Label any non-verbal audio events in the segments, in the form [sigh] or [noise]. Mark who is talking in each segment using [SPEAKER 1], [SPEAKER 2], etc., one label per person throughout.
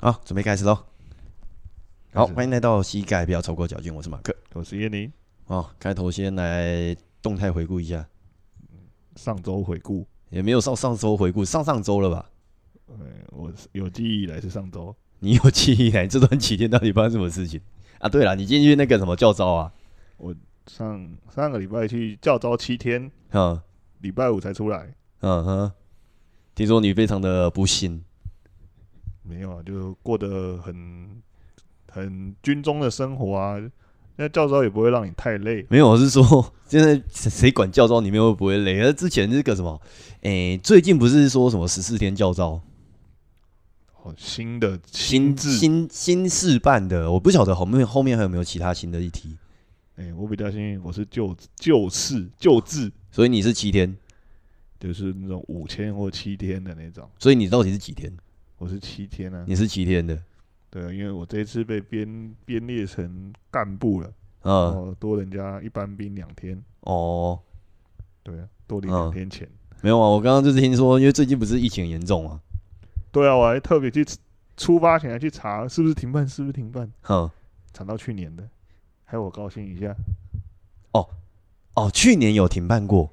[SPEAKER 1] 好，准备开始喽！好，
[SPEAKER 2] 开始
[SPEAKER 1] 欢迎来到膝盖不要超过脚尖，我是马克。
[SPEAKER 2] 我是叶宁。
[SPEAKER 1] 哦，开头先来动态回顾一下，
[SPEAKER 2] 上周回顾，
[SPEAKER 1] 也没有上上周回顾，上上周了吧？
[SPEAKER 2] 呃，我是有记忆以来是上周，
[SPEAKER 1] 你有记忆来这段期间到底发生什么事情啊？对了，你进去那个什么教招啊？
[SPEAKER 2] 上上个礼拜去教招七天，
[SPEAKER 1] 嗯
[SPEAKER 2] 礼拜五才出来。
[SPEAKER 1] 嗯哼，听说你非常的不幸，
[SPEAKER 2] 没有啊，就过得很很军中的生活啊。那教招也不会让你太累，
[SPEAKER 1] 没有，我是说 [laughs] 现在谁谁管教招？你们会不会累？而之前那个什么，诶、最近不是说什么十四天教招？
[SPEAKER 2] 哦，新的
[SPEAKER 1] 新
[SPEAKER 2] 制。
[SPEAKER 1] 新新事办的，我不晓得后面后面还有没有其他新的议题。
[SPEAKER 2] 哎、我比较幸运，我是旧旧式旧制，
[SPEAKER 1] 所以你是七天，
[SPEAKER 2] 就是那种五天或七天的那种。
[SPEAKER 1] 所以你到底是几天？
[SPEAKER 2] 我是七天啊，
[SPEAKER 1] 你是七天的
[SPEAKER 2] 对啊，因为我这一次被编编列成干部了，
[SPEAKER 1] 啊、
[SPEAKER 2] 哦，多人家一般兵两天。
[SPEAKER 1] 哦，
[SPEAKER 2] 对啊，多
[SPEAKER 1] 嗯
[SPEAKER 2] 领两天钱。
[SPEAKER 1] 没有啊，我刚刚就是听说，因为最近不是疫情严重嘛，
[SPEAKER 2] 对啊，我还特别去出发前还去查是不是停办，是不是停办，
[SPEAKER 1] 哼，
[SPEAKER 2] 查到去年的，还我高兴一下。
[SPEAKER 1] 哦，去年有停办过，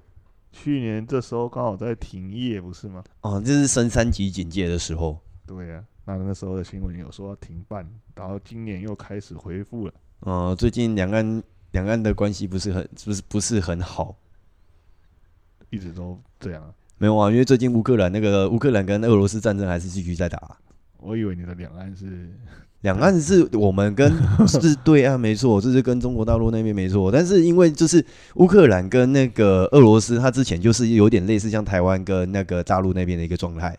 [SPEAKER 2] 去年这时候刚好在停业，不是吗？
[SPEAKER 1] 哦，这是升三级警戒的时候，
[SPEAKER 2] 对啊，那那时候的新闻有说要停办，然后今年又开始恢复了。
[SPEAKER 1] 嗯、最近两岸两岸的关系不是很不是不是很好，
[SPEAKER 2] 一直都这样啊，
[SPEAKER 1] 没有啊，因为最近乌克兰那个乌克兰跟俄罗斯战争还是继续在打、
[SPEAKER 2] 我以为你的两岸是
[SPEAKER 1] 两岸是我们跟是对岸没错，这是跟中国大陆那边没错。但是因为就是乌克兰跟那个俄罗斯，它之前就是有点类似像台湾跟那个大陆那边的一个状态，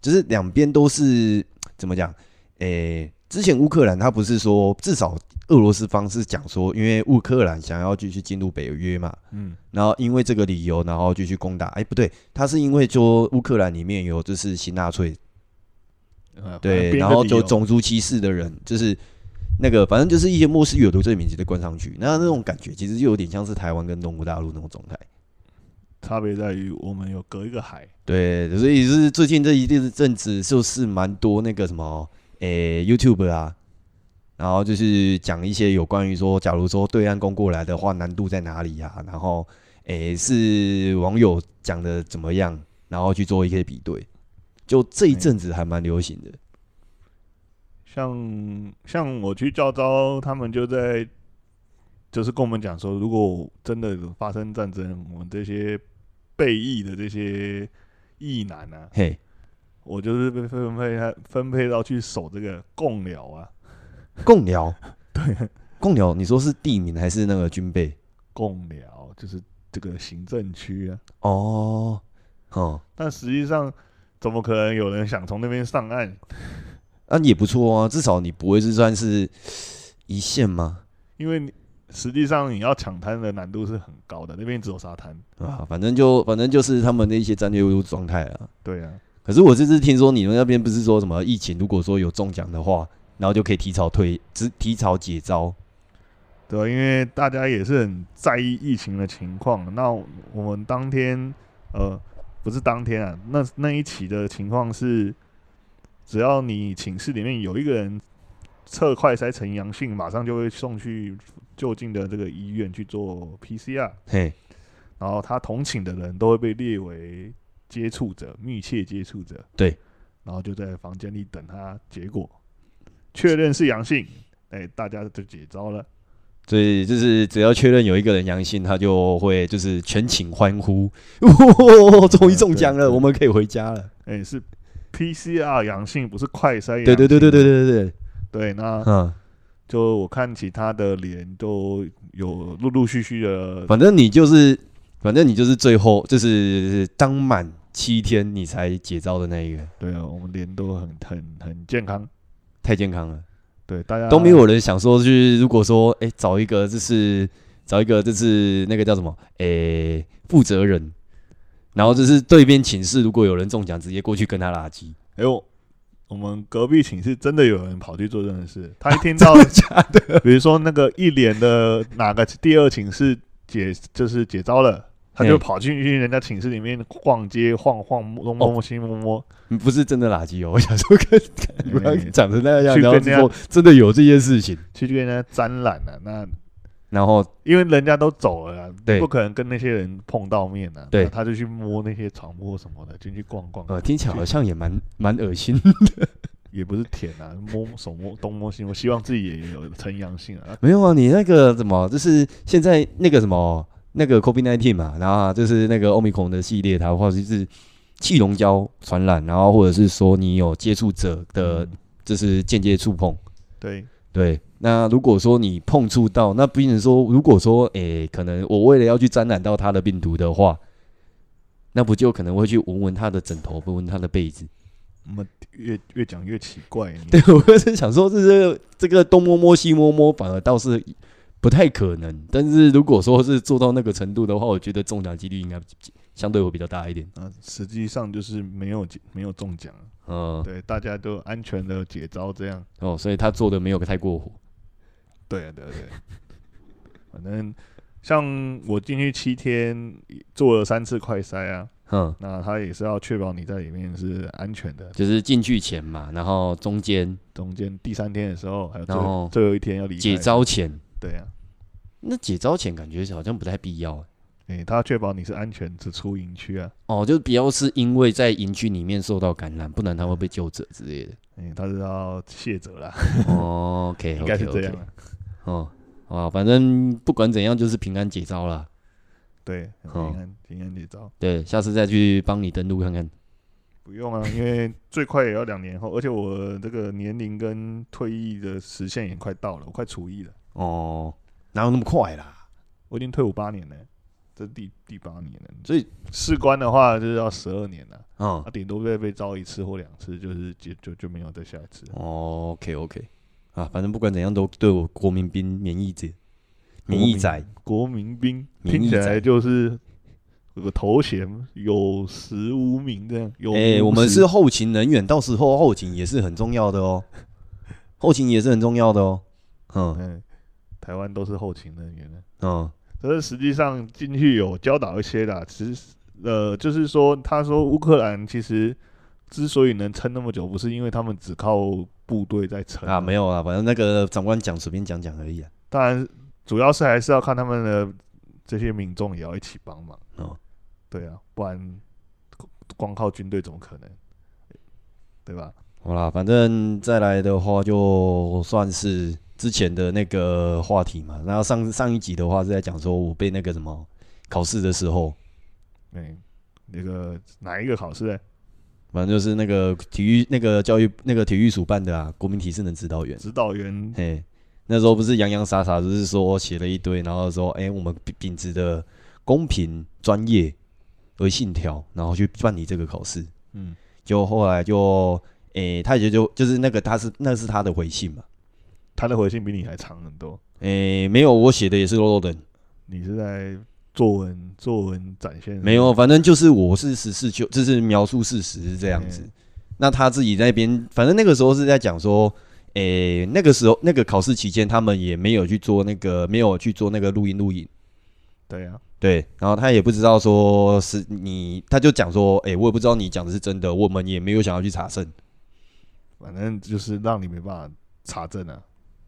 [SPEAKER 1] 就是两边都是怎么讲？诶、之前乌克兰它不是说至少俄罗斯方是讲说，因为乌克兰想要继续进入北约嘛，
[SPEAKER 2] 嗯
[SPEAKER 1] 然后因为这个理由，然后就去攻打。哎、不对，它是因为说乌克兰里面有就是新纳粹
[SPEAKER 2] 呃
[SPEAKER 1] 对，然后就种族歧视的人，就是那个，反正就是一些漠视阅读这个名字的冠上去，那那种感觉其实就有点像是台湾跟中国大陆那种状态。
[SPEAKER 2] 差别在于我们有隔一个海，
[SPEAKER 1] 对，所以就是最近这一阵阵子就是蛮多那个什么，诶、y o u t u b e 啊，然后就是讲一些有关于说，假如说对岸攻过来的话，难度在哪里啊？然后，诶、是网友讲的怎么样，然后去做一些比对，就这一阵子还蛮流行的。
[SPEAKER 2] 像像我去教招，他们就在就是跟我们讲说，如果真的发生战争，我们这些被役的这些役男啊，
[SPEAKER 1] 嘿，
[SPEAKER 2] 我就是被分配他分配到去守这个共寮啊，
[SPEAKER 1] 贡寮， [laughs] 对，贡寮，你说是地名还是那个军备？
[SPEAKER 2] 共寮就是这个行政区啊。
[SPEAKER 1] 哦，哦，
[SPEAKER 2] 但实际上，怎么可能有人想从那边上岸？
[SPEAKER 1] 那、也不错啊，至少你不会是算是一线吗？
[SPEAKER 2] 因为你实际上你要抢滩的难度是很高的，那边只有沙滩。
[SPEAKER 1] 啊，反正就反正就是他们的一些战略状态啊。
[SPEAKER 2] 对啊，
[SPEAKER 1] 可是我这次听说你们那边不是说什么疫情，如果说有中奖的话，然后就可以提早退，只提早解招。
[SPEAKER 2] 对啊，因为大家也是很在意疫情的情况。那我们当天，呃，不是当天啊，那那一起的情况是，只要你寝室里面有一个人测快筛呈阳性，马上就会送去就近的这个医院去做 PCR，
[SPEAKER 1] 嘿，
[SPEAKER 2] 然后他同寝的人都会被列为接触者、密切接触者。
[SPEAKER 1] 对，
[SPEAKER 2] 然后就在房间里等他结果确认是阳性，哎，大家就解招了。
[SPEAKER 1] 所以就是只要确认有一个人阳性，他就会就是全寝欢呼， [laughs] 哇，终于中奖
[SPEAKER 2] 对
[SPEAKER 1] 了，
[SPEAKER 2] 对
[SPEAKER 1] 我们可以回家了。
[SPEAKER 2] 哎、是 PCR 阳性，不是快筛阳性。
[SPEAKER 1] 对对对对对对对对，
[SPEAKER 2] 对，那
[SPEAKER 1] 嗯。
[SPEAKER 2] 就我看其他的脸都有陆陆续续的，
[SPEAKER 1] 反正你就是，反正你就是最后就是当满七天你才解招的那一个，
[SPEAKER 2] 对啊，我们脸都很很很健康，
[SPEAKER 1] 太健康了，
[SPEAKER 2] 对大家
[SPEAKER 1] 都没有人想说去。如果说，哎、找一个就是找一个就是那个叫什么，哎、负责人，然后就是对面寝室如果有人中奖，直接过去跟他垃圾。
[SPEAKER 2] 哎呦。我们隔壁寝室真的有人跑去做这件事，他一
[SPEAKER 1] [laughs]
[SPEAKER 2] 听到，比如说那个一脸的哪个第二寝室解就是解招了，他
[SPEAKER 1] 嘿
[SPEAKER 2] 就跑进去人家寝室里面逛街晃晃，东
[SPEAKER 1] 哦
[SPEAKER 2] 摸摸西摸摸，
[SPEAKER 1] 嗯不是真的垃圾哦。我想说跟，跟不要
[SPEAKER 2] 嗯
[SPEAKER 1] 讲成那样，
[SPEAKER 2] 去
[SPEAKER 1] 然后
[SPEAKER 2] 跟人家
[SPEAKER 1] 说真的有这件事情，
[SPEAKER 2] 去跟人家展览啊。那
[SPEAKER 1] 然后
[SPEAKER 2] 因为人家都走了啦，
[SPEAKER 1] 对
[SPEAKER 2] 不可能跟那些人碰到面啊。
[SPEAKER 1] 对
[SPEAKER 2] 那他就去摸那些床铺什么的，进去逛逛，
[SPEAKER 1] 呃，听起来好像也蛮蛮恶心。
[SPEAKER 2] 也不是舔啊，摸手摸东摸西摸，希望自己也有成阳性啊。
[SPEAKER 1] 没有啊，你那个怎么就是现在那个什么那个 COVID 1 9嘛，然后、啊、就是那个欧米 i 的系列，它或者是气溶胶传染，然后或者是说你有接触者的
[SPEAKER 2] 嗯
[SPEAKER 1] 就是间接触碰，
[SPEAKER 2] 对，
[SPEAKER 1] 对。那如果说你碰触到，那不一定说，如果说诶、可能我为了要去沾染到他的病毒的话，那不就可能会去闻闻他的枕头，闻闻他的被子。
[SPEAKER 2] 我们越越讲越奇怪。你
[SPEAKER 1] [laughs] 对，我是想说，这是这个东摸摸西摸摸，反而倒是不太可能。但是如果说是做到那个程度的话，我觉得中奖几率应该相对会比较大一点。
[SPEAKER 2] 啊，实际上就是没有解没有中奖啊，
[SPEAKER 1] 嗯，
[SPEAKER 2] 对，大家都安全的解招这样。
[SPEAKER 1] 哦，所以他做的没有太过火。
[SPEAKER 2] 对啊，对啊，对
[SPEAKER 1] [laughs]
[SPEAKER 2] 啊。反正像我进去七天，做了三次快筛啊，
[SPEAKER 1] 嗯，
[SPEAKER 2] 那他也是要确保你在里面是安全的。
[SPEAKER 1] 就是进去前嘛，然后中间
[SPEAKER 2] 中间第三天的时候，还有最
[SPEAKER 1] 然后
[SPEAKER 2] 最后一天要离开
[SPEAKER 1] 解，招前，
[SPEAKER 2] 对啊，
[SPEAKER 1] 那解招前感觉好像不太必要欸、
[SPEAKER 2] 诶、他要确保你是安全，只出营区啊，
[SPEAKER 1] 哦，就不要是因为在营区里面受到感染，不然他会被救者之类的。
[SPEAKER 2] 诶、他是要卸责啦，
[SPEAKER 1] 哦，OK，
[SPEAKER 2] [laughs] 应该是这样啊。
[SPEAKER 1] 哦，啊，反正不管怎样，就是平安解招啦。
[SPEAKER 2] 对，平
[SPEAKER 1] 好
[SPEAKER 2] 安平安解招，
[SPEAKER 1] 对，下次再去帮你登录看看。
[SPEAKER 2] 不用啊，因为最快也要两年后，而且我这个年龄跟退役的时限也快到了，我快除役了，
[SPEAKER 1] 哦，哪有那么快啦？
[SPEAKER 2] 我已经退伍八年了，这是第第八年了，
[SPEAKER 1] 所以
[SPEAKER 2] 士官的话就是要十二年了，
[SPEAKER 1] 嗯
[SPEAKER 2] 他顶多被被招一次或两次，就是就就就没有再下一次了。
[SPEAKER 1] ，OK OK，啊，反正不管怎样都对我国民兵免疫者、
[SPEAKER 2] 国
[SPEAKER 1] 免疫
[SPEAKER 2] 民
[SPEAKER 1] 仔
[SPEAKER 2] 国民兵，
[SPEAKER 1] 民
[SPEAKER 2] 听
[SPEAKER 1] 意
[SPEAKER 2] 起
[SPEAKER 1] 仔
[SPEAKER 2] 来就是有个头衔，有实无名这样。有
[SPEAKER 1] 哎、
[SPEAKER 2] 无
[SPEAKER 1] 我们
[SPEAKER 2] 实
[SPEAKER 1] 是后勤人员，到时候后勤也是很重要的哦，后勤也是很重要的哦。嗯
[SPEAKER 2] 嗯，台湾都是后勤人员的，
[SPEAKER 1] 嗯
[SPEAKER 2] 但是实际上进去有教导一些啦。其实呃，就是说，他说乌克兰其实之所以能撑那么久，不是因为他们只靠部队在撑
[SPEAKER 1] 啊，没有啊，反正那个长官讲随便讲讲而已啊。
[SPEAKER 2] 当然主要是还是要看他们的这些民众也要一起帮忙。
[SPEAKER 1] 哦，
[SPEAKER 2] 对啊，不然光靠军队怎么可能？对吧？
[SPEAKER 1] 好啦，反正再来的话，就算是之前的那个话题嘛。然后上上一集的话是在讲说我被那个什么考试的时候，
[SPEAKER 2] 嗯，那个哪一个考试呢？
[SPEAKER 1] 反正就是那个体育、那个教育、那个体育署办的啊，国民体适能指导员。
[SPEAKER 2] 指导员
[SPEAKER 1] 嘿，那时候不是洋洋洒洒，就是说写了一堆，然后说，哎、我们秉秉持的公平、专业为信条，然后去办理这个考试。
[SPEAKER 2] 嗯，
[SPEAKER 1] 就后来就，哎、他也就就是那个他是那是他的回信嘛，
[SPEAKER 2] 他的回信比你还长很多。
[SPEAKER 1] 哎、没有，我写的也是 low 的，
[SPEAKER 2] 你是在作文作文展现
[SPEAKER 1] 没有，反正就是我是实事求，就是描述事实是这样子。
[SPEAKER 2] 嗯
[SPEAKER 1] 那他自己那边，反正那个时候是在讲说，诶、那个时候那个考试期间，他们也没有去做那个，没有去做那个录音录影，
[SPEAKER 2] 对啊，
[SPEAKER 1] 对。然后他也不知道说是你，他就讲说，诶、我也不知道你讲的是真的，我们也没有想要去查证。
[SPEAKER 2] 反正就是让你没办法查证啊。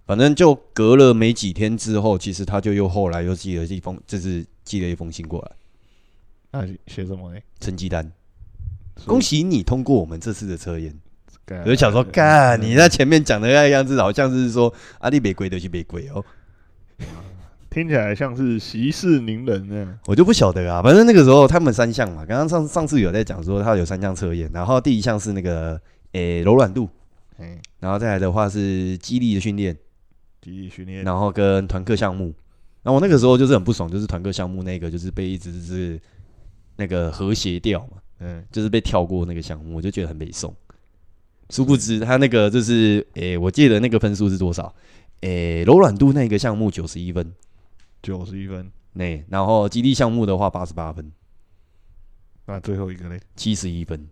[SPEAKER 1] 反正就隔了没几天之后，其实他就又后来又寄了一封，就是寄了一封信过来，
[SPEAKER 2] 那写什么呢？
[SPEAKER 1] 成绩单，
[SPEAKER 2] 说
[SPEAKER 1] 恭！喜你通过我们这次的测验。
[SPEAKER 2] 干
[SPEAKER 1] 我就想
[SPEAKER 2] 嗯哎
[SPEAKER 1] 说，干你在前面讲的那个样子，好像是说阿力北鬼的去北鬼哦，
[SPEAKER 2] 听起来像是息事宁人那样。
[SPEAKER 1] 我就不晓得啊。反正那个时候他们三项嘛，刚刚上上次有在讲说他有三项测验，然后第一项是那个诶、柔软度，
[SPEAKER 2] 哎，
[SPEAKER 1] 然后再来的话是激励的训练，
[SPEAKER 2] 集体训练，
[SPEAKER 1] 然后跟团课项目。然后我那个时候就是很不爽，就是团课项目那个就是被一直是那个和谐掉嘛，
[SPEAKER 2] 嗯，
[SPEAKER 1] 就是被跳过那个项目，我就觉得很北宋。殊不知他那个就是，诶、我记得那个分数是多少？诶、柔软度那个项目九十一分，
[SPEAKER 2] 九十一分。
[SPEAKER 1] 那、然后基地项目的话八十八分，
[SPEAKER 2] 那最后一个嘞，
[SPEAKER 1] 七十一分，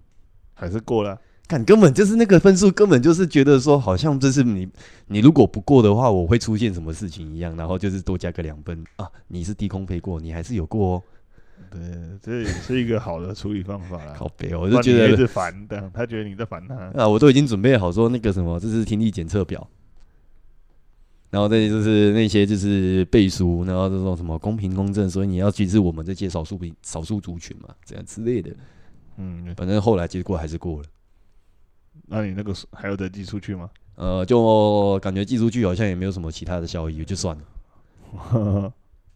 [SPEAKER 2] 还是过了啊。
[SPEAKER 1] 看根本就是那个分数，根本就是觉得说好像这是你你如果不过的话，我会出现什么事情一样，然后就是多加个两分啊，你是低空飞过，你还是有过哦，
[SPEAKER 2] 对，这也是一个好的处理方法啦。
[SPEAKER 1] 靠北 [laughs] 哦，我
[SPEAKER 2] 我
[SPEAKER 1] 就觉
[SPEAKER 2] 一
[SPEAKER 1] 得
[SPEAKER 2] 直烦的，他觉得你在烦他。
[SPEAKER 1] 啊，我都已经准备好说那个什么，这是听力检测表，然后再就是那些就是背书，然后这种什么公平公正，所以你要歧视我们这些少数民少数族群嘛，这样之类的。
[SPEAKER 2] 嗯，
[SPEAKER 1] 反正后来结果还是过了，
[SPEAKER 2] 那你那个还有得寄出去吗？
[SPEAKER 1] 呃，就感觉寄出去好像也没有什么其他的效益，就算了。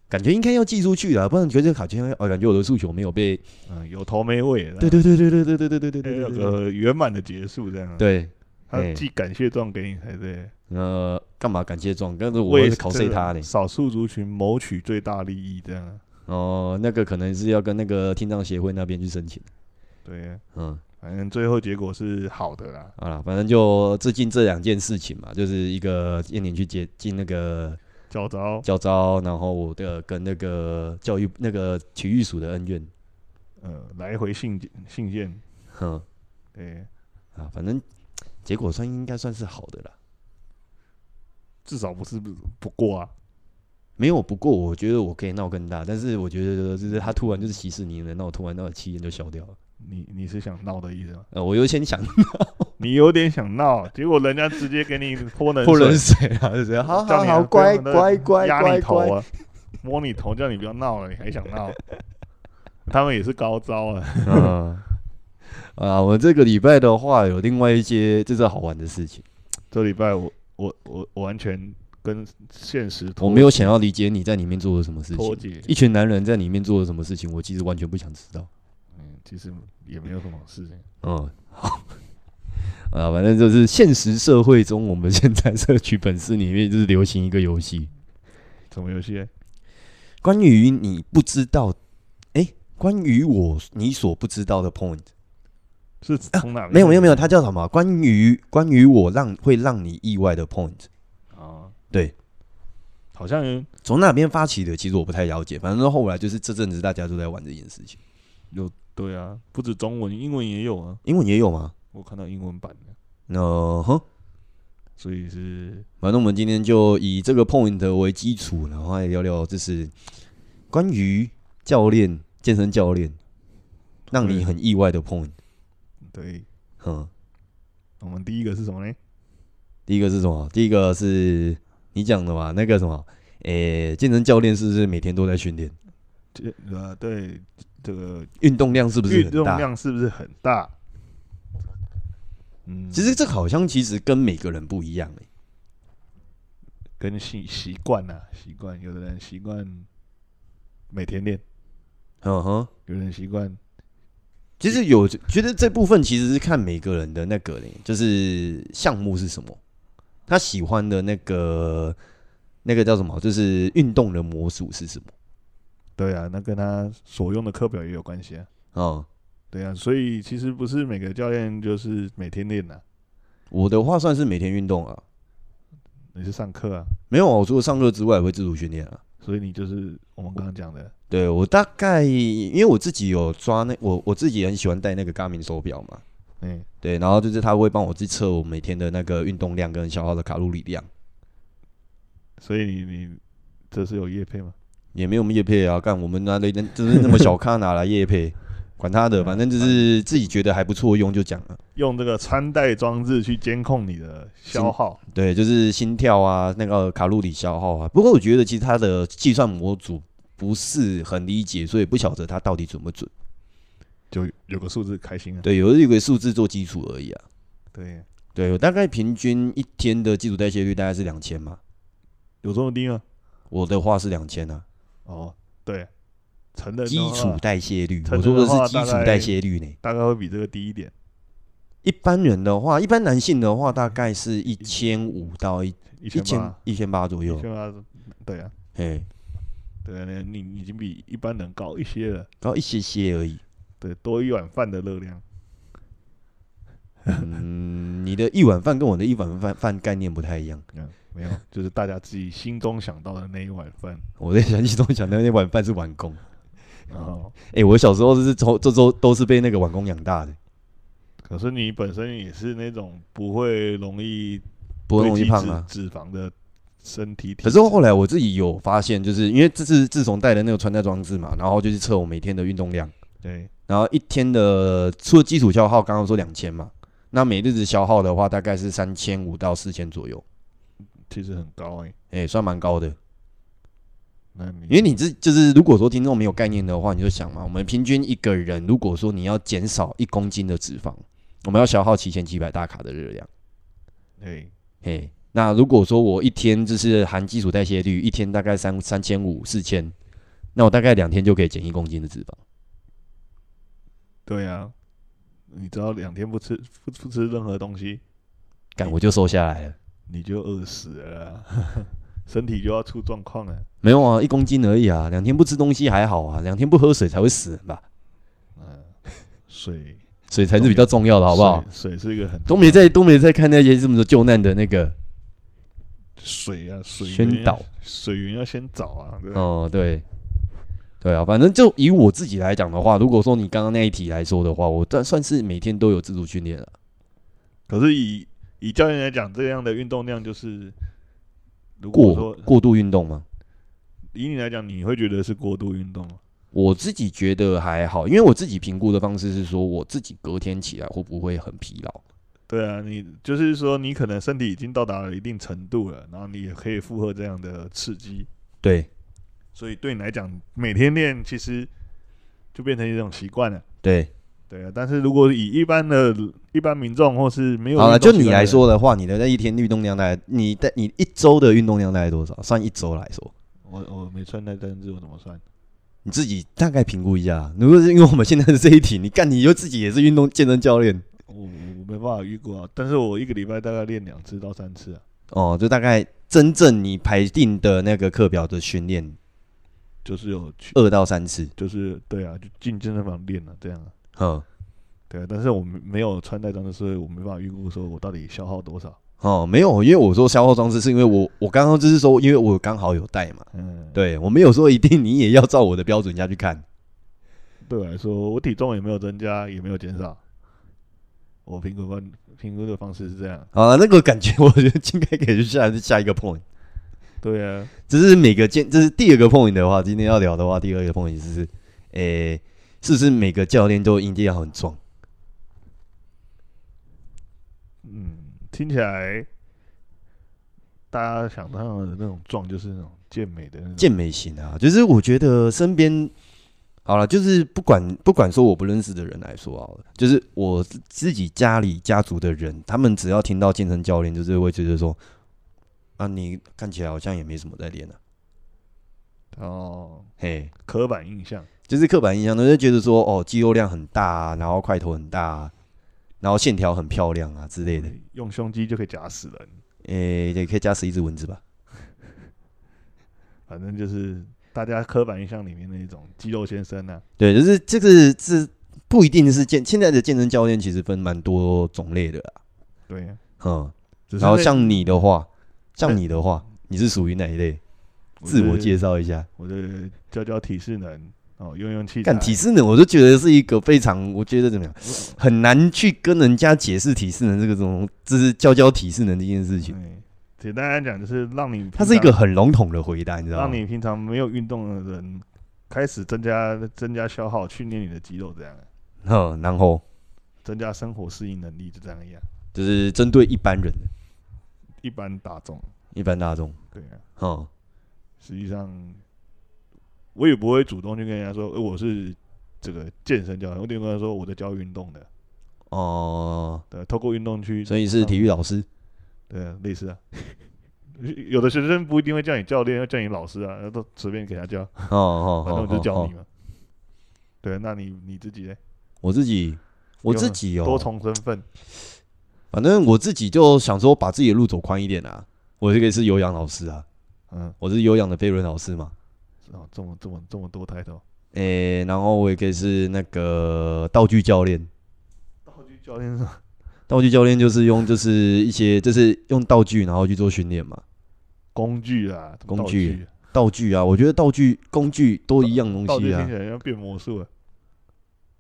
[SPEAKER 1] 感觉应该要寄出去啦，不然觉得卡片哦，感觉我的诉求没有被。
[SPEAKER 2] 嗯，有头没尾的，
[SPEAKER 1] 对对对对对对对对对对
[SPEAKER 2] 要
[SPEAKER 1] 对
[SPEAKER 2] 有
[SPEAKER 1] 对对。
[SPEAKER 2] 个圆满的结束这样。，
[SPEAKER 1] 对，
[SPEAKER 2] 他
[SPEAKER 1] 哎
[SPEAKER 2] 寄感谢状给你才对。
[SPEAKER 1] 呃，干嘛感谢状？但是我
[SPEAKER 2] 为
[SPEAKER 1] 是考
[SPEAKER 2] 这
[SPEAKER 1] 谁
[SPEAKER 2] 个
[SPEAKER 1] 他呢？
[SPEAKER 2] 少数族群谋取最大利益这样。
[SPEAKER 1] 哦，那个可能是要跟那个听障协会那边去申请。
[SPEAKER 2] 对，
[SPEAKER 1] 嗯，
[SPEAKER 2] 反正最后结果是好的啦。
[SPEAKER 1] 好了，反正就最近这两件事情嘛，就是一个燕宁去接进那个
[SPEAKER 2] 教招
[SPEAKER 1] 教招，然后我的跟那个教育那个体育署的恩怨，
[SPEAKER 2] 呃，来回信件信件，
[SPEAKER 1] 哼
[SPEAKER 2] 对，
[SPEAKER 1] 嗯啊，反正结果算应该算是好的啦。
[SPEAKER 2] 至少不是不不过啊。
[SPEAKER 1] 没有，不过我觉得我可以闹更大，但是我觉得就是他突然就是息事宁人，那我突然那气焰就消掉了。
[SPEAKER 2] 你你是想闹的意思吗？
[SPEAKER 1] 呃，我优先想
[SPEAKER 2] 你有点想闹，结果人家直接给你泼冷
[SPEAKER 1] 泼
[SPEAKER 2] 水
[SPEAKER 1] 冷水啊，
[SPEAKER 2] [laughs]
[SPEAKER 1] 就是好
[SPEAKER 2] 叫
[SPEAKER 1] 好
[SPEAKER 2] 你
[SPEAKER 1] 好，
[SPEAKER 2] 不
[SPEAKER 1] 乖
[SPEAKER 2] 用那
[SPEAKER 1] 乖乖
[SPEAKER 2] 压你
[SPEAKER 1] 乖
[SPEAKER 2] 头
[SPEAKER 1] 乖
[SPEAKER 2] 啊，摸你头，叫你不要闹了，你还想闹？他们也是高招啊，
[SPEAKER 1] 嗯， [laughs] 啊，我这个礼拜的话有另外一些就是好玩的事情，
[SPEAKER 2] 这礼拜我我我我完全跟现实脱
[SPEAKER 1] 我没有想要理解你在里面做了什么事
[SPEAKER 2] 脱
[SPEAKER 1] 情，
[SPEAKER 2] 节，
[SPEAKER 1] 一群男人在里面做了什么事情，我其实完全不想知道。
[SPEAKER 2] 嗯，其实也没有什么事情。
[SPEAKER 1] 嗯，好， [laughs] 啊，反正就是现实社会中，我们现在社区粉丝里面就是流行一个游戏，
[SPEAKER 2] 什么游戏？
[SPEAKER 1] 关于你不知道，哎、关于我你所不知道的 point，
[SPEAKER 2] 是从哪
[SPEAKER 1] 啊
[SPEAKER 2] 边、
[SPEAKER 1] 没有没有没有，它叫什么？关于关于我让会让你意外的 point。
[SPEAKER 2] 啊，
[SPEAKER 1] 对，
[SPEAKER 2] 好像有
[SPEAKER 1] 从哪边发起的，其实我不太了解。反正后来就是这阵子大家都在玩这件事情，
[SPEAKER 2] 有对啊，不止中文，英文也有啊，
[SPEAKER 1] 英文也有吗？
[SPEAKER 2] 我看到英文版的，
[SPEAKER 1] 那、哼，
[SPEAKER 2] 所以是
[SPEAKER 1] 反正我们今天就以这个 point 为基础，然后来聊聊就是关于教练、健身教练让你很意外的 point。
[SPEAKER 2] 对。
[SPEAKER 1] 嗯，
[SPEAKER 2] 我们第一个是什么呢？
[SPEAKER 1] 第一个是什么？第一个是你讲的嘛？那个什么，诶、健身教练是不是每天都在训练？
[SPEAKER 2] 这呃，对，这个
[SPEAKER 1] 运动量是不是
[SPEAKER 2] 运
[SPEAKER 1] 很
[SPEAKER 2] 动
[SPEAKER 1] 大？
[SPEAKER 2] 量是不是很大？嗯，
[SPEAKER 1] 其实这好像其实跟每个人不一样、欸、
[SPEAKER 2] 跟习习惯呐，习惯，有的人习惯每天练，
[SPEAKER 1] 嗯哼。
[SPEAKER 2] 有人习惯
[SPEAKER 1] 其实有觉得这部分其实是看每个人的那个嘞，就是项目是什么，他喜欢的那个那个叫什么，就是运动的魔术是什么
[SPEAKER 2] 对啊，那跟他所用的课表也有关系啊，
[SPEAKER 1] 哦，
[SPEAKER 2] 对啊，所以其实不是每个教练就是每天练呐、
[SPEAKER 1] 我的话算是每天运动啊，
[SPEAKER 2] 你是上课啊，
[SPEAKER 1] 没有啊，我除了上课之外，也会自主训练啊。
[SPEAKER 2] 所以你就是我们刚刚讲的，
[SPEAKER 1] 对我大概因为我自己有抓那我我自己很喜欢戴那个 Garmin 手表嘛，
[SPEAKER 2] 嗯，
[SPEAKER 1] 对，然后就是它会帮我去测我每天的那个运动量跟消耗的卡路里量，
[SPEAKER 2] 所以你你这是有业配吗？
[SPEAKER 1] 也没有我们叶配啊，干我们拿的那就是那么小咖拿来叶配，管他的，反正就是自己觉得还不错用就讲了。
[SPEAKER 2] 用这个穿戴装置去监控你的消耗，
[SPEAKER 1] 对，就是心跳啊，那个卡路里消耗啊。不过我觉得其实它的计算模组不是很理解，所以不晓得它到底准不准。
[SPEAKER 2] 就有个数字开心啊，
[SPEAKER 1] 对，有一个数字做基础而已啊。
[SPEAKER 2] 对，
[SPEAKER 1] 对，我大概平均一天的基础代谢率大概是两千嘛，
[SPEAKER 2] 有这么低吗？
[SPEAKER 1] 我的话是两千啊，
[SPEAKER 2] 哦，对，成人
[SPEAKER 1] 基
[SPEAKER 2] 的话
[SPEAKER 1] 础代谢率，
[SPEAKER 2] 成
[SPEAKER 1] 我
[SPEAKER 2] 人
[SPEAKER 1] 说
[SPEAKER 2] 的
[SPEAKER 1] 的
[SPEAKER 2] 话
[SPEAKER 1] 是基础
[SPEAKER 2] 大概
[SPEAKER 1] 代谢率呢。
[SPEAKER 2] 大概会比这个低一点，
[SPEAKER 1] 一般人的话，一般男性的话，大概是一千五到一
[SPEAKER 2] 一
[SPEAKER 1] 一
[SPEAKER 2] 千
[SPEAKER 1] 千
[SPEAKER 2] 八，
[SPEAKER 1] 一千八左右
[SPEAKER 2] 一，千八，对啊，
[SPEAKER 1] 哎，
[SPEAKER 2] 对啊，你你已经比一般人高一些了，
[SPEAKER 1] 然后一些些而已。
[SPEAKER 2] 对，多一碗饭的热量，
[SPEAKER 1] 嗯，你的一碗饭跟我的一碗饭饭概念不太一样。
[SPEAKER 2] 嗯，没
[SPEAKER 1] [laughs]
[SPEAKER 2] 有，就是大家自己心中想到的那一碗饭，
[SPEAKER 1] 我在想起中想的那碗饭是碗 [laughs] 公。
[SPEAKER 2] 然后，
[SPEAKER 1] 哎、我小时候就是从这周都是被那个碗公养大的，
[SPEAKER 2] 可是你本身也是那种不会容易
[SPEAKER 1] 不容易
[SPEAKER 2] 堆积
[SPEAKER 1] 胖
[SPEAKER 2] 脂
[SPEAKER 1] 啊。
[SPEAKER 2] 脂肪的身体体
[SPEAKER 1] 可
[SPEAKER 2] 质。
[SPEAKER 1] 是后来我自己有发现，就是因为这是自从戴了那个穿戴装置嘛，然后就是测我每天的运动量，
[SPEAKER 2] 对，
[SPEAKER 1] 然后一天的除了基础消耗，刚刚说两千嘛，那每日的消耗的话大概是三千五到四千左右，
[SPEAKER 2] 其实很高哎、
[SPEAKER 1] 哎、算蛮高的。
[SPEAKER 2] 那你
[SPEAKER 1] 因为你这就是如果说听众没有概念的话，你就想嘛，我们平均一个人如果说你要减少一公斤的脂肪，我们要消耗七千七百大卡的热量。
[SPEAKER 2] 对
[SPEAKER 1] 嘿，那如果说我一天就是含基础代谢率，一天大概三三千五四千，那我大概两天就可以减一公斤的脂肪。
[SPEAKER 2] 对啊，你只要两天不吃不不吃任何东西，
[SPEAKER 1] 干我就瘦下来了，
[SPEAKER 2] 你就饿死了啊、 [laughs] 身体就要出状况了。
[SPEAKER 1] 没有啊，一公斤而已啊，两天不吃东西还好啊，两天不喝水才会死人吧，
[SPEAKER 2] 水
[SPEAKER 1] 水才是比较重要的，好不好？
[SPEAKER 2] 水？水是一个很
[SPEAKER 1] 都没在都没在看那些这么多救难的那个
[SPEAKER 2] 水啊，水源
[SPEAKER 1] 宣导
[SPEAKER 2] 要，水源要先找啊。对吧
[SPEAKER 1] 哦，对，对啊，反正就以我自己来讲的话，如果说你刚刚那一题来说的话，我算算是每天都有自主训练啊了。
[SPEAKER 2] 可是以以教练来讲，这样的运动量就是，如果
[SPEAKER 1] 过
[SPEAKER 2] 说
[SPEAKER 1] 过度运动吗？
[SPEAKER 2] 以你来讲，你会觉得是过度运动吗？
[SPEAKER 1] 我自己觉得还好，因为我自己评估的方式是说，我自己隔天起来会不会很疲劳？
[SPEAKER 2] 对啊，你就是说你可能身体已经到达了一定程度了，然后你也可以负荷这样的刺激，
[SPEAKER 1] 对
[SPEAKER 2] 所以对你来讲，每天练其实就变成一种习惯了。
[SPEAKER 1] 对，
[SPEAKER 2] 对啊，但是如果以一般的一般民众或是没有
[SPEAKER 1] 好了，
[SPEAKER 2] 运
[SPEAKER 1] 就
[SPEAKER 2] 动习惯
[SPEAKER 1] 你
[SPEAKER 2] 的
[SPEAKER 1] 来
[SPEAKER 2] 人，
[SPEAKER 1] 说的话，你的那一天运动量大概，你的你一周的运动量大概多少？算一周来说，
[SPEAKER 2] 我我没算那单字，我怎么算？
[SPEAKER 1] 你自己大概评估一下。啊如果是因为我们现在的这一题，你干你就自己也是运动健身教练
[SPEAKER 2] 我我我没办法预估啊，但是我一个礼拜大概练两次到三次啊。
[SPEAKER 1] 哦，就大概真正你排定的那个课表的训练
[SPEAKER 2] 就是有去，
[SPEAKER 1] 二到三次，
[SPEAKER 2] 就是对啊，就进健身房练了、这样啊，
[SPEAKER 1] 嗯，
[SPEAKER 2] 对啊。但是我们没有穿戴装置，所以我没办法预估说我到底消耗多少。
[SPEAKER 1] 哦，没有，因为我说消耗装置是因为我我刚刚就是说，因为我刚好有带嘛，
[SPEAKER 2] 嗯，
[SPEAKER 1] 对我没有说一定你也要照我的标准下去看，
[SPEAKER 2] 对我来说，我体重也没有增加，也没有减少。我评估方评估的方式是这样，
[SPEAKER 1] 啊，那个感觉我觉得应该可以下下一个 point，
[SPEAKER 2] 对啊，
[SPEAKER 1] 这是每个健，这是第二个 point 的话，今天要聊的话，第二个 point 就是，诶、是不是每个教练都一定要很壮？
[SPEAKER 2] 嗯，听起来大家想到的那种壮就是那种健美的那种，
[SPEAKER 1] 健美型啊，就是我觉得身边好了，就是不管不管说我不认识的人来说好了，就是我自己家里家族的人，他们只要听到健身教练，就是会觉得说，啊，你看起来好像也没什么在练啊，
[SPEAKER 2] 哦，
[SPEAKER 1] 嘿，
[SPEAKER 2] 刻板印象，
[SPEAKER 1] 就是刻板印象，都就觉得说，哦，肌肉量很大、啊，然后块头很大、啊，然后线条很漂亮啊之类的，
[SPEAKER 2] 用胸肌就可以夹死人，
[SPEAKER 1] 诶、也可以加十一只蚊子吧。
[SPEAKER 2] 反正就是大家刻板印象里面的一种肌肉先生啊。
[SPEAKER 1] 对，就是这个是不一定是健，现在的健身教练其实分蛮多种类的啊，
[SPEAKER 2] 对啊，
[SPEAKER 1] 嗯。
[SPEAKER 2] 只是
[SPEAKER 1] 然后
[SPEAKER 2] 那
[SPEAKER 1] 像你的话，像
[SPEAKER 2] 哎
[SPEAKER 1] 你的话，你是属于哪一类？自我介，绍一下。
[SPEAKER 2] 我的教教体适能哦，用用器材
[SPEAKER 1] 干体适能，我就觉得是一个非常，我觉得怎么
[SPEAKER 2] [laughs]
[SPEAKER 1] 样，很难去跟人家解释体适能这个东，这是教教体适能这件事情，
[SPEAKER 2] 对，哎简单来讲就是让你平
[SPEAKER 1] 它是一个啊
[SPEAKER 2] 常
[SPEAKER 1] 很笼统的回答，你知道
[SPEAKER 2] 让
[SPEAKER 1] 吗？
[SPEAKER 2] 你平常没有运动的人开始增加增加消耗，训练你的肌肉，这样
[SPEAKER 1] 嗯，然后
[SPEAKER 2] 增加生活适应能力，就这样一样，
[SPEAKER 1] 就是针对一般人、
[SPEAKER 2] 一般大众
[SPEAKER 1] 一般大众，
[SPEAKER 2] 对啊。
[SPEAKER 1] 嗯，
[SPEAKER 2] 实际上，我也不会主动去跟人家说，呃我是这个健身教练，我顶多跟他说我在教运动的，
[SPEAKER 1] 哦，
[SPEAKER 2] 对，啊透过运动去，
[SPEAKER 1] 所以是体育老师，
[SPEAKER 2] 对啊，类似啊。 [laughs] 有的学生不一定会叫你教练，要叫你老师啊，都随便给他叫。
[SPEAKER 1] 哦哦，
[SPEAKER 2] 反
[SPEAKER 1] 哦
[SPEAKER 2] 正我就
[SPEAKER 1] 哦
[SPEAKER 2] 教你
[SPEAKER 1] 哦
[SPEAKER 2] 嘛。对，那你你自己嘞，
[SPEAKER 1] 我自己，我
[SPEAKER 2] 有
[SPEAKER 1] 自
[SPEAKER 2] 很
[SPEAKER 1] 己哦，
[SPEAKER 2] 多重身份，
[SPEAKER 1] 反正我自己就想说，把自己的路走宽一点啊。我这个是有氧老师啊，
[SPEAKER 2] 嗯，
[SPEAKER 1] 我是有氧的飞轮老师嘛。
[SPEAKER 2] 哦，这么这么这么多抬头。
[SPEAKER 1] 诶、然后我也可以是那个道具教练。
[SPEAKER 2] 道具教练是吧
[SPEAKER 1] 道具教练就是用就是一些就是用道具，然后去做训练嘛。
[SPEAKER 2] 工具啊，
[SPEAKER 1] 工
[SPEAKER 2] 道
[SPEAKER 1] 具
[SPEAKER 2] 具，
[SPEAKER 1] 道具啊，我觉得道具工具都一样东
[SPEAKER 2] 道具
[SPEAKER 1] 西
[SPEAKER 2] 听
[SPEAKER 1] 啊
[SPEAKER 2] 起，来要变魔术了，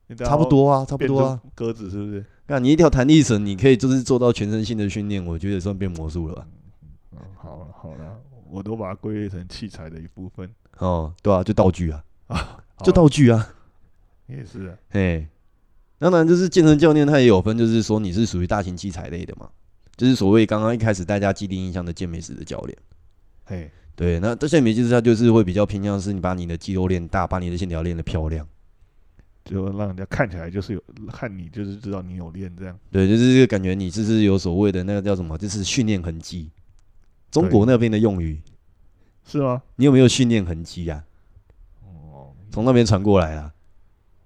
[SPEAKER 2] 你等下
[SPEAKER 1] 差不多啊，差不
[SPEAKER 2] 变
[SPEAKER 1] 多啊。
[SPEAKER 2] 出鸽子是不是？
[SPEAKER 1] 那你一条弹力绳，你可以就是做到全身性的训练，我觉得也算变魔术了吧。
[SPEAKER 2] 嗯，好了好了，我都把它归类成器材的一部分
[SPEAKER 1] 哦，对啊，就道具啊，
[SPEAKER 2] 啊。
[SPEAKER 1] 就
[SPEAKER 2] 到
[SPEAKER 1] 道具啊，
[SPEAKER 2] 也是啊，
[SPEAKER 1] 嘿，当然就是健身教练他也有分，就是说你是属于大型器材类的嘛，就是所谓刚刚一开始大家既定印象的健美式的教练。
[SPEAKER 2] 嘿，
[SPEAKER 1] 对，那这健美就是他就是会比较偏向是你把你的肌肉练大，把你的线条练得漂亮。
[SPEAKER 2] 就让人家看起来就是有看你就是知道你有练这样。
[SPEAKER 1] 对，就是感觉你就是有所谓的那个叫什么，就是训练痕迹。中国那边的用语，
[SPEAKER 2] 是吗？
[SPEAKER 1] 你有没有训练痕迹啊？
[SPEAKER 2] 哦，
[SPEAKER 1] 从那边传过来啊。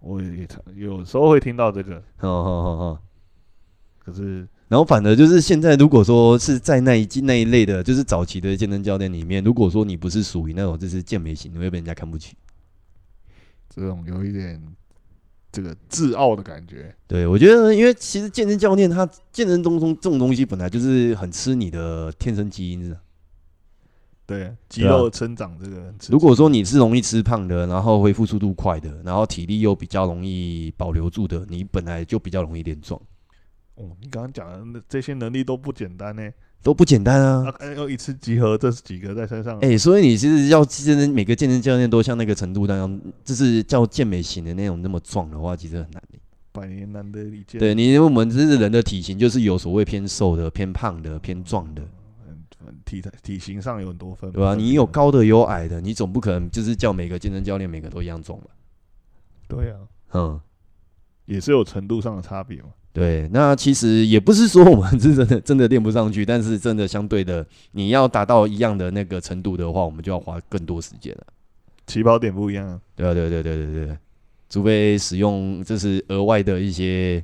[SPEAKER 2] 我也常有时候会听到这个，
[SPEAKER 1] 哦哦哦哦。
[SPEAKER 2] 可是
[SPEAKER 1] 然后反而就是现在，如果说是在那一季那一类的，就是早期的健身教练里面，如果说你不是属于那种就是健美型，你会被人家看不起。
[SPEAKER 2] 这种有一点这个自傲的感觉。
[SPEAKER 1] 对，我觉得，因为其实健身教练他健身中中这种东西本来就是很吃你的天生基因的。
[SPEAKER 2] 对，肌
[SPEAKER 1] 对啊
[SPEAKER 2] 肉生长这个很刺激
[SPEAKER 1] 如果说你是容易吃胖的，然后恢复速度快的，然后体力又比较容易保留住的，你本来就比较容易练壮，
[SPEAKER 2] 哦，你刚刚讲的那这些能力都不简单呢、
[SPEAKER 1] 都不简单啊
[SPEAKER 2] 啊。，哎要一次集合这几个在身上，
[SPEAKER 1] 哎、所以你其实要健身，每个健身教练都像那个程度那样，就是叫健美型的那种那么壮的话，其实很难的。
[SPEAKER 2] 百年难得一见。
[SPEAKER 1] 对，你因为我们这是人的体型，就是有所谓偏瘦的、偏胖的、偏壮的，
[SPEAKER 2] 嗯，体态体型上啊有很多分，
[SPEAKER 1] 对吧、
[SPEAKER 2] 分别
[SPEAKER 1] 你有高的，有矮的，你总不可能就是叫每个健身教练每个都一样壮吧？
[SPEAKER 2] 对啊，
[SPEAKER 1] 嗯，
[SPEAKER 2] 也是有程度上的差别嘛。
[SPEAKER 1] 对，那其实也不是说我们 [laughs] 是真的真的练不上去，但是真的相对的，你要达到一样的那个程度的话，我们就要花更多时间了。
[SPEAKER 2] 起跑点不一样啊，
[SPEAKER 1] 对啊，对对对对对对，除非使用就是额外的一些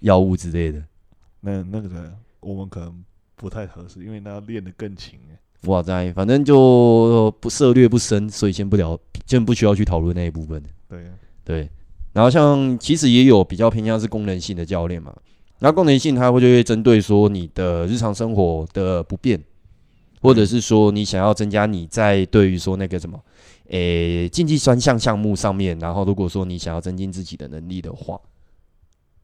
[SPEAKER 1] 药物之类的。
[SPEAKER 2] 那那个我们可能不太合适，因为那要练得更勤哎、
[SPEAKER 1] 哇塞，反正就呃不涉略不深，所以先不聊，先不需要去讨论那一部分。
[SPEAKER 2] 对啊，
[SPEAKER 1] 对，然后像其实也有比较偏向是功能性的教练嘛，那功能性它会就会针对说你的日常生活的不便，或者是说你想要增加你在对于说那个什么，诶竞技专项项目上面，然后如果说你想要增进自己的能力的话，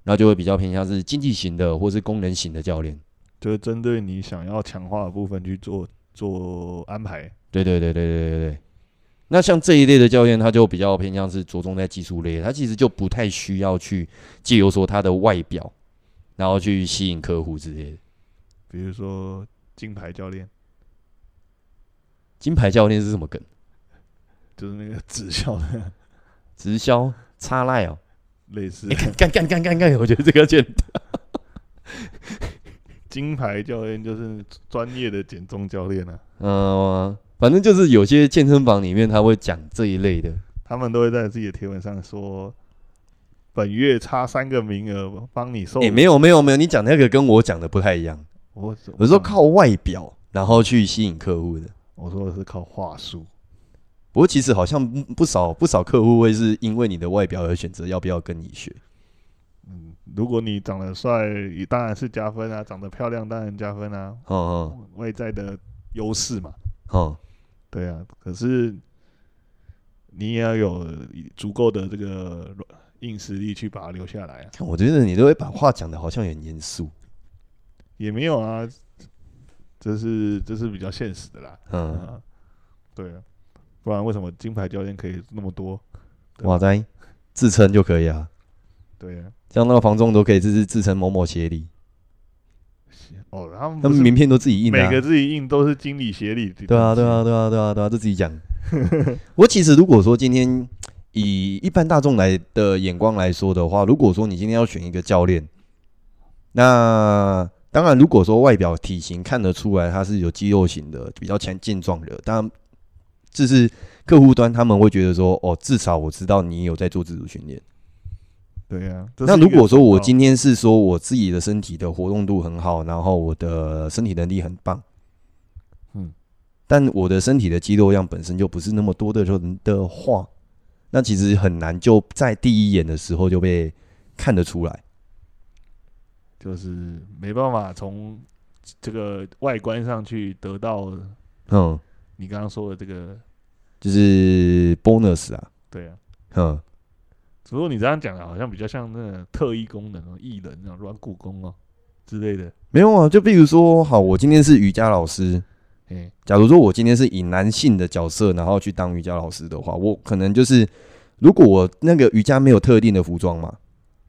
[SPEAKER 1] 那就会比较偏向是竞技型的或是功能型的教练。
[SPEAKER 2] 就是针对你想要强化的部分去做做安排。
[SPEAKER 1] 对对对对对对对。那像这一类的教练，他就比较偏向是着重在技术类，他其实就不太需要去借由说他的外表，然后去吸引客户之类的。
[SPEAKER 2] 比如说金牌教练，
[SPEAKER 1] 金牌教练是什么梗？
[SPEAKER 2] 就是那个直销的
[SPEAKER 1] 直销插赖哦，
[SPEAKER 2] 类似
[SPEAKER 1] [laughs] 诶干干干干干，我觉得这个简
[SPEAKER 2] [laughs] 金牌教练，就是专业的减重教练啊，
[SPEAKER 1] 嗯，反正就是有些健身房里面他会讲这一类的，
[SPEAKER 2] 他们都会在自己的贴文上说。本月差三个名额，帮你送。
[SPEAKER 1] 诶，哎没有没有没有，你讲那个跟我讲的不太一样，
[SPEAKER 2] 我嗯
[SPEAKER 1] 我说，靠外表然后去吸引客户的。
[SPEAKER 2] 我说的是靠话术。
[SPEAKER 1] 不过其实好像不少不少客户会是因为你的外表而选择要不要跟你学。
[SPEAKER 2] 嗯，如果你长得帅，也当然是加分啊；长得漂亮，当然加分啊，
[SPEAKER 1] 哦
[SPEAKER 2] 外在的优势嘛。
[SPEAKER 1] 哦哦，
[SPEAKER 2] 对啊，可是你也要有足够的这个软硬实力去把它留下来啊。
[SPEAKER 1] 看我觉得你都会把话讲的好像很严肃。
[SPEAKER 2] 也没有啊，这是这是比较现实的啦。
[SPEAKER 1] 嗯，
[SPEAKER 2] 啊，对啊，不然为什么金牌教练可以那么多？对
[SPEAKER 1] 哇塞，自称就可以啊，
[SPEAKER 2] 对啊，
[SPEAKER 1] 像那个房仲都可以自自称某某协理，
[SPEAKER 2] 哦，他们
[SPEAKER 1] 他
[SPEAKER 2] 不
[SPEAKER 1] 们
[SPEAKER 2] 是
[SPEAKER 1] 名片都自己印的、
[SPEAKER 2] 每
[SPEAKER 1] 啊。
[SPEAKER 2] 个自己印都是经理协理的
[SPEAKER 1] 对啊，对啊，对啊，对啊，对啊，就自己讲。 [laughs] 我其实如果说今天以一般大众来的眼光来说的话，如果说你今天要选一个教练，那当然如果说外表体型看得出来他是有肌肉型的，比较强健壮的，当然就是客户端他们会觉得说，哦，至少我知道你有在做自主训练。
[SPEAKER 2] 对啊。这
[SPEAKER 1] 那
[SPEAKER 2] 是
[SPEAKER 1] 如
[SPEAKER 2] 一个
[SPEAKER 1] 果说
[SPEAKER 2] 忠
[SPEAKER 1] 我
[SPEAKER 2] 告
[SPEAKER 1] 今天是说我自己的身体的活动度很好，然后我的身体能力很棒，
[SPEAKER 2] 嗯，
[SPEAKER 1] 但我的身体的肌肉量本身就不是那么多的人的话，那其实很难就在第一眼的时候就被看得出来。
[SPEAKER 2] 就是没办法从这个外观上去得到
[SPEAKER 1] 嗯，
[SPEAKER 2] 你刚刚说的这个，
[SPEAKER 1] 就是 bonus 啊，
[SPEAKER 2] 对啊。
[SPEAKER 1] 嗯，
[SPEAKER 2] 只不过你这样讲的，好像比较像那种特异功能哦，艺人那种软骨功哦之类的。
[SPEAKER 1] 没有啊，就比如说，好，我今天是瑜伽老师，
[SPEAKER 2] 嗯
[SPEAKER 1] 假如说我今天是以男性的角色，然后去当瑜伽老师的话，我可能就是，如果我那个瑜伽没有特定的服装嘛，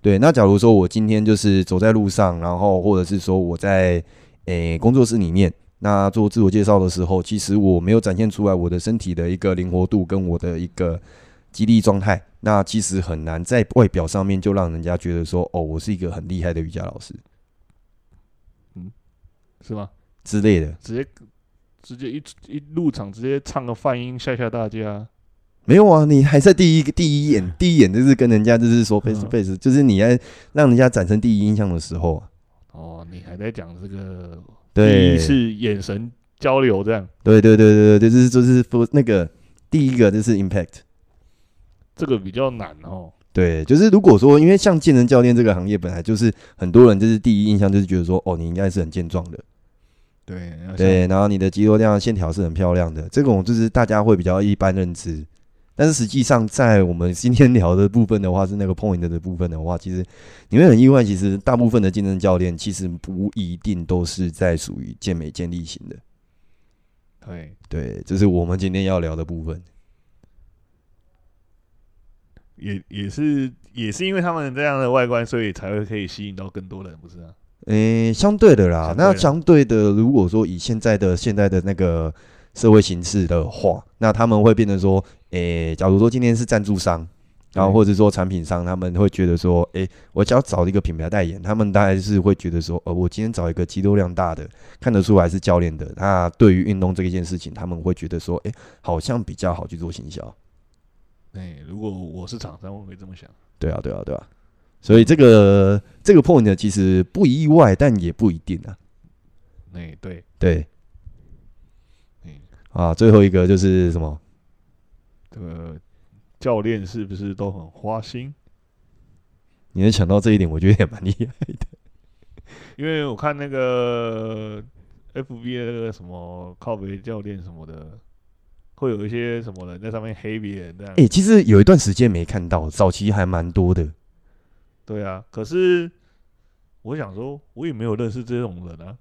[SPEAKER 1] 对，那假如说我今天就是走在路上，然后或者是说我在诶、工作室里面，那做自我介绍的时候，其实我没有展现出来我的身体的一个灵活度跟我的一个激励状态，那其实很难在外表上面就让人家觉得说，哦，我是一个很厉害的瑜伽老师
[SPEAKER 2] 是吗？
[SPEAKER 1] 之类的。
[SPEAKER 2] 直接直接一一入场直接唱个泛音吓吓大家，
[SPEAKER 1] 没有啊，你还在第一个第一眼，第一眼就是跟人家就是说 face to
[SPEAKER 2] 嗯
[SPEAKER 1] face，、就是你在让人家产生第一印象的时候啊，
[SPEAKER 2] 哦，你还在讲这个第
[SPEAKER 1] 对，
[SPEAKER 2] 一是眼神交流这样，
[SPEAKER 1] 对对对对对，就是就是说那个第一个就是 impact，
[SPEAKER 2] 这个比较难哦。
[SPEAKER 1] 对，就是如果说因为像健身教练这个行业本来就是很多人就是第一印象就是觉得说哦你应该是很健壮的，
[SPEAKER 2] 对，要
[SPEAKER 1] 对，然后你的肌肉量线条是很漂亮的，这种就是大家会比较一般认知。但是实际上，在我们今天聊的部分的话，是那个 point 的部分的话，其实你会很意外，其实大部分的健身教练其实不一定都是在属于健美健力型的。
[SPEAKER 2] 想对，
[SPEAKER 1] 对，这是我们今天要聊的部分。
[SPEAKER 2] 也也是也是因为他们这样的外观，所以才会可以吸引到更多人，不是啊？
[SPEAKER 1] 诶、相对的啦，
[SPEAKER 2] 相对的
[SPEAKER 1] 那相对的，如果说以现在的现在的那个社会形势的话，那他们会变成说，诶、假如说今天是赞助商，然后
[SPEAKER 2] 对
[SPEAKER 1] 或者说产品商，他们会觉得说，诶、我只要找一个品牌代言，他们大概是会觉得说，呃，我今天找一个肌肉量大的，看得出来是教练的，那对于运动这一件事情，他们会觉得说，诶、好像比较好去做行销。
[SPEAKER 2] 对，如果我是厂商，我会这么想。
[SPEAKER 1] 对啊，对啊，对啊。所以这个这个 point 呢其实不意外，但也不一定啊。
[SPEAKER 2] 哎，对，
[SPEAKER 1] 对，
[SPEAKER 2] 嗯
[SPEAKER 1] 啊，最后一个就是什么？
[SPEAKER 2] 这个教练是不是都很花心？
[SPEAKER 1] 你能想到这一点，我觉得也蛮厉害。
[SPEAKER 2] 因为我看那个 FB 的那个什么靠北教练什么的，会有一些什么人在上面黑别人这样。
[SPEAKER 1] [laughs] 诶、其实有一段时间没看到，早期还蛮多的。
[SPEAKER 2] 对啊，可是我想说，我也没有认识这种人啊。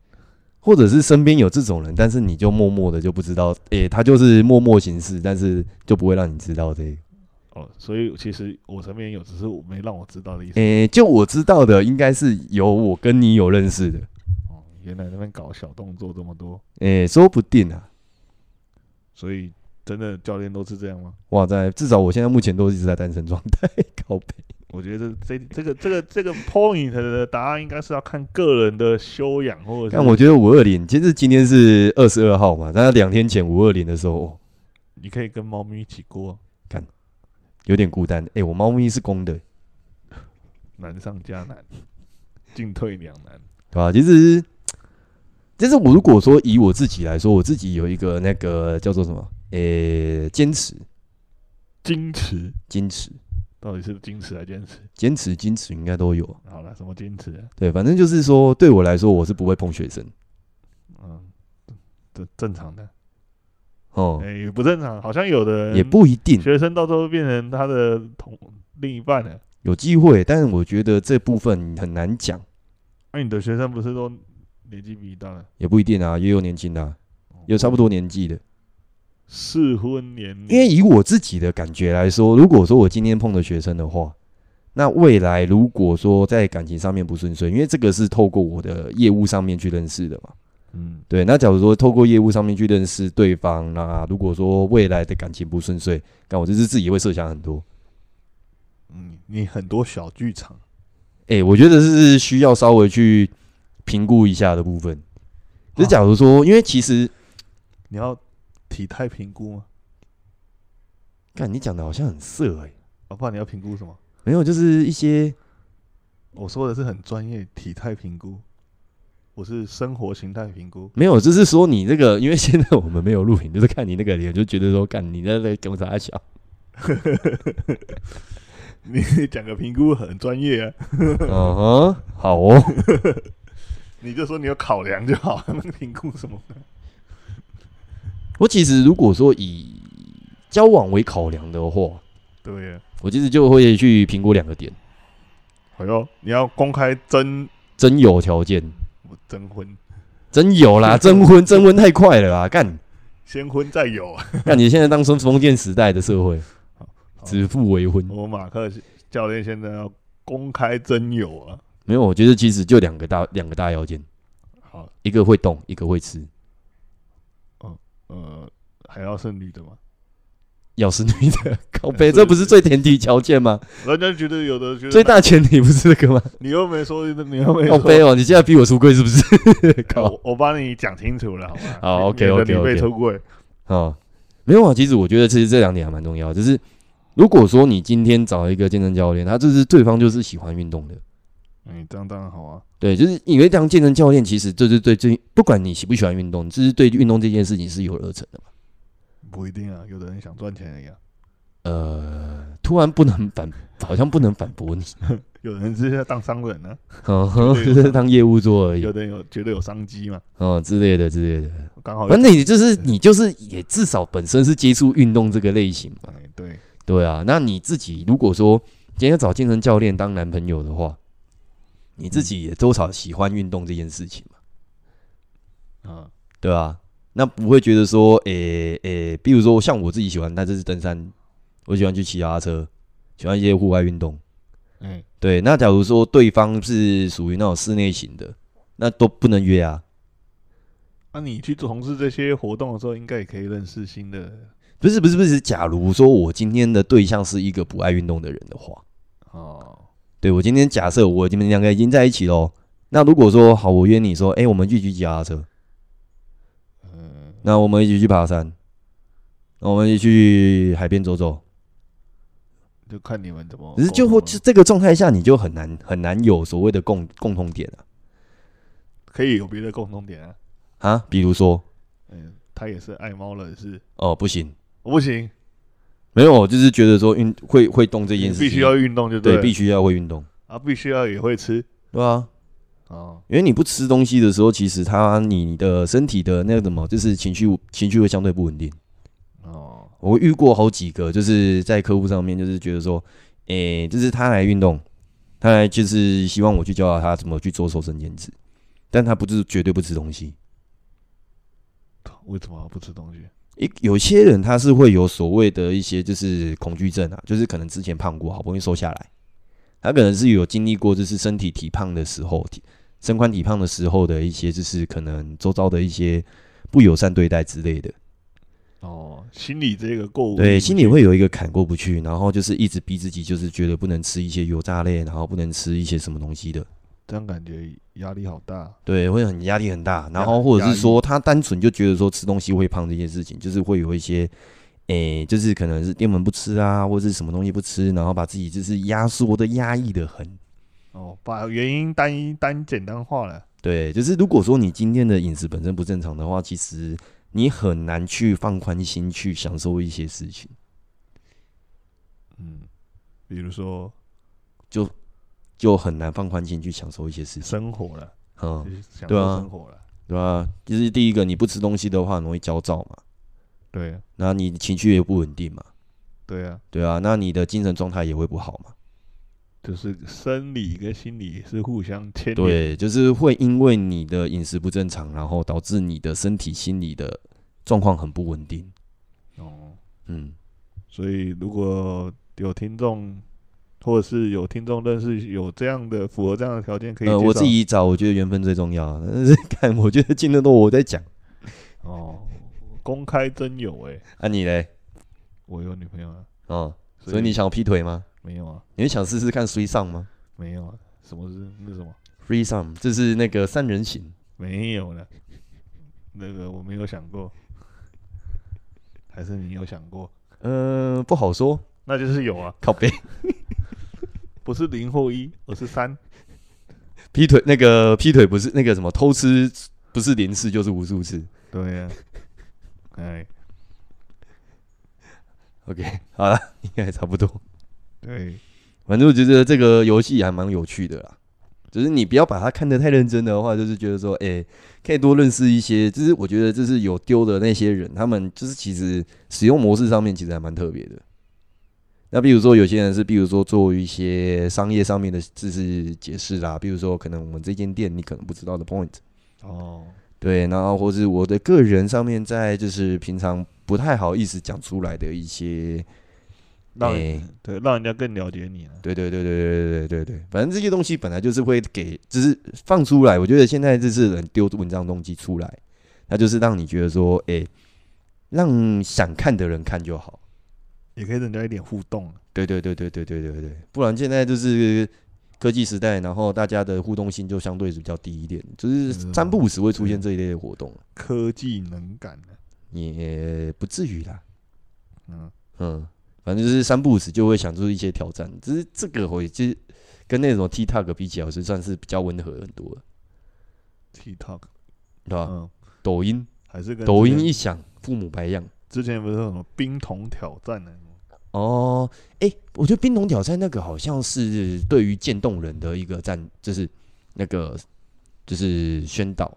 [SPEAKER 1] 或者是身边有这种人，但是你就默默的就不知道，诶、他就是默默行事，但是就不会让你知道这个。
[SPEAKER 2] 哦，所以其实我身边有，只是我没让我知道的意思。
[SPEAKER 1] 诶、就我知道的，应该是有我跟你有认识的，
[SPEAKER 2] 哦，原来那边搞小动作这么多，
[SPEAKER 1] 诶、说不定啊，
[SPEAKER 2] 所以真的教练都是这样吗？
[SPEAKER 1] 哇塞，至少我现在目前都一直在单身状态， [laughs] 靠背。
[SPEAKER 2] 我觉得这这个这个这个 point 的答案应该是要看个人的修养，或者
[SPEAKER 1] 但
[SPEAKER 2] 是
[SPEAKER 1] 我觉得五二零，其实今天是二十二号嘛，但是两天前五二零的时候、哦
[SPEAKER 2] 你可以跟猫咪一起过，啊
[SPEAKER 1] 有点孤单。诶、我猫咪是公的、
[SPEAKER 2] 难上加难， [laughs] 进退两难。
[SPEAKER 1] 对吧、其实，但是我如果说以我自己来说，我自己有一个那个叫做什么，诶、坚持、
[SPEAKER 2] 矜持
[SPEAKER 1] 坚持、
[SPEAKER 2] 到底是矜持还是坚持？
[SPEAKER 1] 坚持、坚持，应该都有。
[SPEAKER 2] 好了，什么矜持、啊？
[SPEAKER 1] 对，反正就是说，对我来说，我是不会碰学生。
[SPEAKER 2] 嗯，这正常的，
[SPEAKER 1] 哦、
[SPEAKER 2] 哎、也不正常，好像有的人
[SPEAKER 1] 也不一定
[SPEAKER 2] 学生到时候变成他的同另一半了。
[SPEAKER 1] 有机会，但是我觉得这部分很难讲，
[SPEAKER 2] 那、哎你的学生不是都年纪比你大了？
[SPEAKER 1] 也不一定啊，也有年轻的啊、也有差不多年纪的。
[SPEAKER 2] 适婚年龄，
[SPEAKER 1] 因为以我自己的感觉来说，如果说我今天碰的学生的话，那未来如果说在感情上面不顺遂，因为这个是透过我的业务上面去认识的嘛。
[SPEAKER 2] 嗯，
[SPEAKER 1] 对，那假如说透过业务上面去认识对方，那如果说未来的感情不顺遂，那我就是自己会设想很多。
[SPEAKER 2] 嗯，你很多小剧场，
[SPEAKER 1] 哎、我觉得是需要稍微去评估一下的部分。就
[SPEAKER 2] 啊
[SPEAKER 1] 假如说，因为其实，
[SPEAKER 2] 你要体态评估吗？
[SPEAKER 1] 看你讲的好像很色哎、
[SPEAKER 2] 啊，不然你要评估什么？
[SPEAKER 1] 没有，就是一些
[SPEAKER 2] 我说的是很专业体态评估，我是生活形态评估。
[SPEAKER 1] 没有，就是说你这个，因为现在我们没有录影，就是看你那个脸，就觉得说，干你在那跟我啥小， [laughs]
[SPEAKER 2] [laughs] 你讲个评估很专业啊，
[SPEAKER 1] 嗯哼，好哦，
[SPEAKER 2] 你就说你有考量就好，那个评估什么？
[SPEAKER 1] 我其实如果说以交往为考量的话，
[SPEAKER 2] 对啊呀、
[SPEAKER 1] 我其实就会去评估两个点。
[SPEAKER 2] 哎呦，你要公开征
[SPEAKER 1] 真有条件，
[SPEAKER 2] 征婚，
[SPEAKER 1] 真有 [laughs] 啦，征婚征婚太快了啊！干
[SPEAKER 2] 先婚再有啊。
[SPEAKER 1] 干，你现在当成封建时代的社会
[SPEAKER 2] 好，
[SPEAKER 1] 指腹为婚。
[SPEAKER 2] 我马克教练现在要公开真友啊。
[SPEAKER 1] 没有，我觉得其实就两个大两个大要件，
[SPEAKER 2] 好，
[SPEAKER 1] 一个会动，一个会吃。
[SPEAKER 2] 呃，还要是女的吗？
[SPEAKER 1] 要是女的， [laughs] 靠背，这不是最前提条件 [laughs] 吗？
[SPEAKER 2] 人家觉得有的觉得
[SPEAKER 1] 最大前提不是这个吗？
[SPEAKER 2] 你又没说，你又没
[SPEAKER 1] 靠背
[SPEAKER 2] 说，
[SPEAKER 1] 哦，你现在逼我出柜是不 [laughs] 是？靠
[SPEAKER 2] 我我帮你讲清楚了，好
[SPEAKER 1] [laughs]
[SPEAKER 2] 吗？
[SPEAKER 1] 好
[SPEAKER 2] 免得你
[SPEAKER 1] 哦 OK，OK，OK
[SPEAKER 2] 被出柜，
[SPEAKER 1] 哦，没有啊，其实我觉得其实这两点还蛮重要的，就是如果说你今天找一个健身教练，他就是对方就是喜欢运动的，
[SPEAKER 2] 嗯，这样当然好啊。
[SPEAKER 1] 对，就是因为当健身教练，其实这是对这不管你喜不喜欢运动，就是对运动这件事情是有热忱的嘛。
[SPEAKER 2] 不一定啊，有的人想赚钱一样，
[SPEAKER 1] 呃，突然不能反，好像不能反驳你， [laughs]
[SPEAKER 2] 有人是要当商人呢、
[SPEAKER 1] 哦，就是当业务做而已
[SPEAKER 2] 有，的人有觉得有商机嘛，
[SPEAKER 1] 哦之类的之类的。
[SPEAKER 2] 刚好有。
[SPEAKER 1] 反正你就是你就是也至少本身是接触运动这个类型嘛，
[SPEAKER 2] 哎，对，
[SPEAKER 1] 对啊。那你自己如果说今天要找健身教练当男朋友的话，你自己也多少喜欢运动这件事情嘛，
[SPEAKER 2] 啊，
[SPEAKER 1] 对啊。那不会觉得说，诶、诶、比如说像我自己喜欢，那就是登山，我喜欢去骑脚踏车，喜欢一些户外运动。
[SPEAKER 2] 哎，
[SPEAKER 1] 对，那假如说对方是属于那种室内型的，那都不能约啊。
[SPEAKER 2] 那、啊你去从事这些活动的时候，应该也可以认识新的
[SPEAKER 1] 不是不是不是，假如说我今天的对象是一个不爱运动的人的话，
[SPEAKER 2] 哦，
[SPEAKER 1] 对我今天假设我你们两个已经在一起喽，那如果说好，我约你说，哎、我们一起去骑脚踏车，
[SPEAKER 2] 嗯，
[SPEAKER 1] 那我们一起去爬山，那我们一起去海边走走。
[SPEAKER 2] 就看你们怎哦么沟通啊。
[SPEAKER 1] 只是就会就这个状态下，你就很难很难有所谓的共共同点
[SPEAKER 2] 可以有别的共同点啊。
[SPEAKER 1] 啊啊，比如说
[SPEAKER 2] 嗯，他也是爱猫人士，
[SPEAKER 1] 哦，不行，
[SPEAKER 2] 我不行，
[SPEAKER 1] 没有，我就是觉得说运会会动这
[SPEAKER 2] 你
[SPEAKER 1] 件事情，
[SPEAKER 2] 必须要运动就
[SPEAKER 1] 对，
[SPEAKER 2] 了
[SPEAKER 1] 必须要会运动，
[SPEAKER 2] 啊，必须要也会吃
[SPEAKER 1] 对啊，
[SPEAKER 2] 哦，
[SPEAKER 1] 因为你不吃东西的时候，其实它你你的身体的那个什么，就是情绪情绪会相对不稳定。
[SPEAKER 2] 哦，
[SPEAKER 1] 我遇过好几个，就是在客户上面，就是觉得说，诶、就是他来运动，他来就是希望我去教导他怎么去做瘦身减脂，但他不是绝对不吃东西。
[SPEAKER 2] 为什么不吃东西？
[SPEAKER 1] 一有些人他是会有所谓的一些就是恐惧症啊，就是可能之前胖过，好不容易瘦下来，他可能是有经历过就是身体体胖的时候，体身宽体胖的时候的一些就是可能周遭的一些不友善对待之类的，
[SPEAKER 2] 哦，心理这个过
[SPEAKER 1] 对，心里会有一个坎过不去，然后就是一直逼自己，就是觉得不能吃一些油炸类，然后不能吃一些什么东西的，
[SPEAKER 2] 这样感觉压力好大。
[SPEAKER 1] 对，会很压力很大。然
[SPEAKER 2] 压
[SPEAKER 1] 后或者
[SPEAKER 2] 压
[SPEAKER 1] 是
[SPEAKER 2] 抑
[SPEAKER 1] 说，他单纯就觉得说吃东西会胖这件事情，就是会有一些，诶、就是可能是淀粉不吃啊，或者是什么东西不吃，然后把自己就是压缩的、压抑的很。
[SPEAKER 2] 哦，把原因单一单简单化了。
[SPEAKER 1] 对，就是如果说你今天的饮食本身不正常的话，其实你很难去放宽心去享受一些事情。
[SPEAKER 2] 嗯，比如说
[SPEAKER 1] 就很难放宽心去享受一些事情，
[SPEAKER 2] 生活了，
[SPEAKER 1] 嗯
[SPEAKER 2] 就，是享
[SPEAKER 1] 对
[SPEAKER 2] 受
[SPEAKER 1] 啊
[SPEAKER 2] 生活了。
[SPEAKER 1] 对吧、就是第一个，你不吃东西的话，很容易焦躁嘛，
[SPEAKER 2] 对啊
[SPEAKER 1] 那你情绪也不稳定嘛，
[SPEAKER 2] 对啊，
[SPEAKER 1] 对啊，那你的精神状态也会不好嘛，
[SPEAKER 2] 就是生理跟心理是互相牵连。
[SPEAKER 1] 对，就是会因为你的饮食不正常，然后导致你的身体、心理的状况很不稳定。
[SPEAKER 2] 哦，
[SPEAKER 1] 嗯，
[SPEAKER 2] 所以如果有听众，或者是有听众认识有这样的符合这样的条件，可以介
[SPEAKER 1] 呃，
[SPEAKER 2] 绍、
[SPEAKER 1] 我自己找，我觉得缘分最重要。但是 [laughs] 看，我觉得尽量都我在讲，
[SPEAKER 2] 哦，公开真有哎、
[SPEAKER 1] 啊你嘞，
[SPEAKER 2] 我有女朋友啊，
[SPEAKER 1] 哦，所以你想劈腿吗？
[SPEAKER 2] 没有啊，
[SPEAKER 1] 你会想试试看 free 上吗
[SPEAKER 2] 没有啊，什么是那什么
[SPEAKER 1] ？free 上就是那个三人行，
[SPEAKER 2] 没有了，那个我没有想过，还是你有想过？
[SPEAKER 1] 呃，不好说，
[SPEAKER 2] 那就是有啊，
[SPEAKER 1] 靠背
[SPEAKER 2] 不是零或一，而是三。
[SPEAKER 1] 劈腿那个劈腿不是那个什么偷吃，不是零次就是无数次。
[SPEAKER 2] 对呀、啊， [laughs] 哎，
[SPEAKER 1] OK，好了，应该也差不多。
[SPEAKER 2] 对，
[SPEAKER 1] 反正我觉得这个游戏还蛮有趣的啦，就是你不要把它看得太认真的话，就是觉得说，哎、可以多认识一些，就是我觉得就是有丢的那些人，他们就是其实使用模式上面其实还蛮特别的。那比如说有些人是，比如说做一些商业上面的知识解释啦，比如说可能我们这间店你可能不知道的 point，
[SPEAKER 2] 哦，
[SPEAKER 1] 对，然后或是我的个人上面，在就是平常不太好意思讲出来的一些，
[SPEAKER 2] 让
[SPEAKER 1] 诶
[SPEAKER 2] 对让人家更了解你了。
[SPEAKER 1] 对对对对对对对对，反正这些东西本来就是会给，就是放出来。我觉得现在就是人丢文章东西出来，它就是让你觉得说，哎、让想看的人看就好。
[SPEAKER 2] 也可以人家一点互动啊。
[SPEAKER 1] 对对对对对对对对，不然现在就是科技时代，然后大家的互动性就相对是比较低一点，就是
[SPEAKER 2] 嗯
[SPEAKER 1] 三不五时会出现这一类的活动，
[SPEAKER 2] 科技能感啊
[SPEAKER 1] 也不至于啦。
[SPEAKER 2] 嗯，
[SPEAKER 1] 嗯，反正就是三不五时就会想出一些挑战，只是这个回其实跟那种 TikTok 比起来，我是算是比较温和很多了，
[SPEAKER 2] TikTok，
[SPEAKER 1] 对吧？
[SPEAKER 2] 嗯，
[SPEAKER 1] 抖音，
[SPEAKER 2] 还是跟
[SPEAKER 1] 抖
[SPEAKER 2] 之
[SPEAKER 1] 音
[SPEAKER 2] 前
[SPEAKER 1] 一响，父母白养。
[SPEAKER 2] 之前不是有什么冰桶挑战呢？
[SPEAKER 1] 哦，哎、我觉得冰桶挑战那个好像是对于渐冻人的一个战，就是那个就是宣导，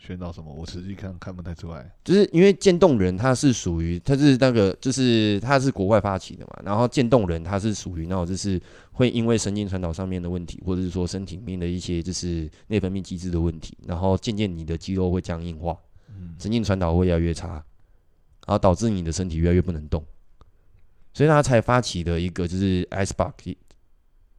[SPEAKER 2] 宣导什么？我实际看看不太出来。
[SPEAKER 1] 就是因为渐冻人他是属于他是那个就是他是国外发起的嘛，然后渐冻人他是属于那种就是会因为神经传导上面的问题，或者是说身体里面的一些就是内分泌机制的问题，然后渐渐你的肌肉会僵硬化，
[SPEAKER 2] 嗯，
[SPEAKER 1] 神经传导会越来越差，然后导致你的身体越来越不能动，所以他才发起的一个就是 ice box，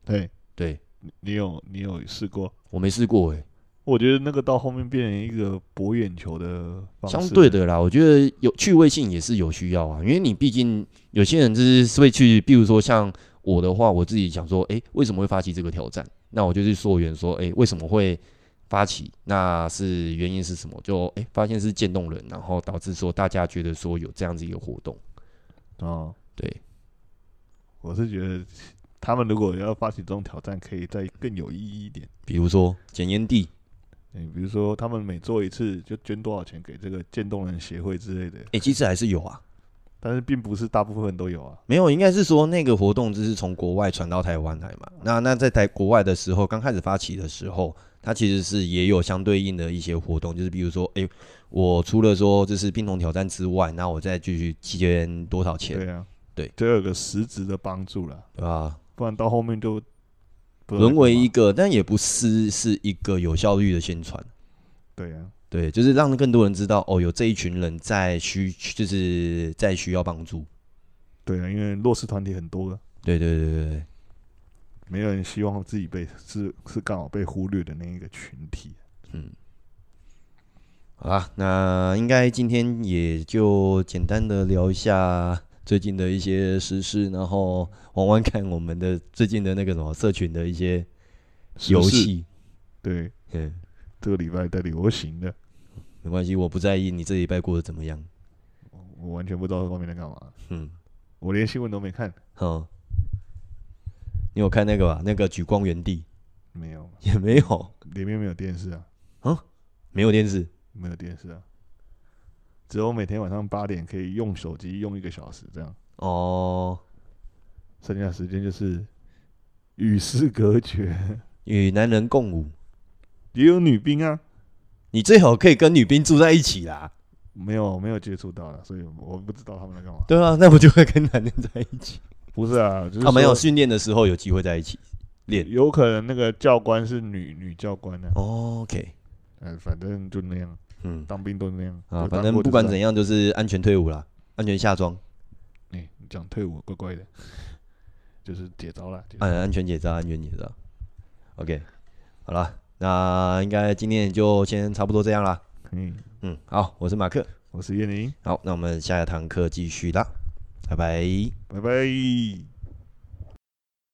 [SPEAKER 2] 对
[SPEAKER 1] 对
[SPEAKER 2] 你有你有试过？
[SPEAKER 1] 我没试过诶、欸
[SPEAKER 2] 我觉得那个到后面变成一个博眼球的方式，
[SPEAKER 1] 相对的啦，我觉得有趣味性也是有需要啊，因为你毕竟有些人就是会去，比如说像我的话，我自己想说，诶，为什么会发起这个挑战？那我就去溯源说，诶，为什么会发起？那是原因是什么？就诶，发现是渐冻人，然后导致说大家觉得说有这样子一个活动，
[SPEAKER 2] 哦。
[SPEAKER 1] 对，
[SPEAKER 2] 我是觉得他们如果要发起这种挑战，可以再更有意义一点。
[SPEAKER 1] 比如说捡烟蒂，
[SPEAKER 2] 嗯，比如说他们每做一次就捐多少钱给这个渐冻人协会之类的，
[SPEAKER 1] 诶，其实还是有啊，
[SPEAKER 2] 但是并不是大部分都有啊。
[SPEAKER 1] 没有，应该是说那个活动就是从国外传到台湾来嘛。那那在台国外的时候，刚开始发起的时候，它其实是也有相对应的一些活动，就是比如说，诶，我除了说就是冰桶挑战之外，那我再继续捐多少钱，
[SPEAKER 2] 对啊，
[SPEAKER 1] 对，
[SPEAKER 2] 就有个实质的帮助啦，
[SPEAKER 1] 对吧？
[SPEAKER 2] 不然到后面就不知道在干嘛
[SPEAKER 1] 沦为一个，但也不失是一个有效率的宣传。
[SPEAKER 2] 对啊，
[SPEAKER 1] 对，就是让更多人知道，哦，有这一群人在需，就是在需要帮助。
[SPEAKER 2] 对啊，因为弱势团体很多啊，
[SPEAKER 1] 对对对对对，
[SPEAKER 2] 没有人希望自己被是是刚好被忽略的那一个群体。
[SPEAKER 1] 嗯，好啦，那应该今天也就简单的聊一下最近的一些时事，然后玩玩看我们的最近的那个什么社群的一些游
[SPEAKER 2] 时事
[SPEAKER 1] 戏。
[SPEAKER 2] 对，
[SPEAKER 1] 嗯，
[SPEAKER 2] 这个礼拜在流行的，
[SPEAKER 1] 没关系，我不在意你这礼拜过得怎么样。
[SPEAKER 2] 我完全不知道外面在干嘛，
[SPEAKER 1] 嗯，
[SPEAKER 2] 我连新闻都没看，
[SPEAKER 1] 好，你有看那个吧？那个举光原地 [laughs]
[SPEAKER 2] 没有，
[SPEAKER 1] 也没有，
[SPEAKER 2] 里面没有电视啊，
[SPEAKER 1] 没有电视。
[SPEAKER 2] 没有电视啊，只有每天晚上八点可以用手机用一个小时这样，
[SPEAKER 1] 哦，
[SPEAKER 2] 剩下的时间就是与世隔绝。 [laughs]
[SPEAKER 1] 与男人共舞，
[SPEAKER 2] 也有女兵啊，
[SPEAKER 1] 你最好可以跟女兵住在一起啦。
[SPEAKER 2] 没有没有接触到了，所以我不知道他们在干嘛。
[SPEAKER 1] 对啊，那不就会跟男人在一起？
[SPEAKER 2] 不是啊，就是
[SPEAKER 1] 他们有
[SPEAKER 2] 说
[SPEAKER 1] 训练的时候有机会在一起练。
[SPEAKER 2] 有可能那个教官是女女教官
[SPEAKER 1] 哦
[SPEAKER 2] 呢、啊，
[SPEAKER 1] OK，
[SPEAKER 2] 呃，反正就那样，
[SPEAKER 1] 嗯
[SPEAKER 2] 当兵都那样
[SPEAKER 1] 啊，反正不管怎，样，就是安全退伍啦，安全下装，
[SPEAKER 2] 哎、欸你讲退伍乖乖的， [laughs] 就是解招了。解招
[SPEAKER 1] 安安全解扎，安全解扎。OK，好了，那应该今天也就先差不多这样啦。
[SPEAKER 2] 嗯，
[SPEAKER 1] 嗯，好，我是马克，
[SPEAKER 2] 我是叶宁，
[SPEAKER 1] 好，那我们下一堂课继续啦，拜拜。
[SPEAKER 2] 拜拜。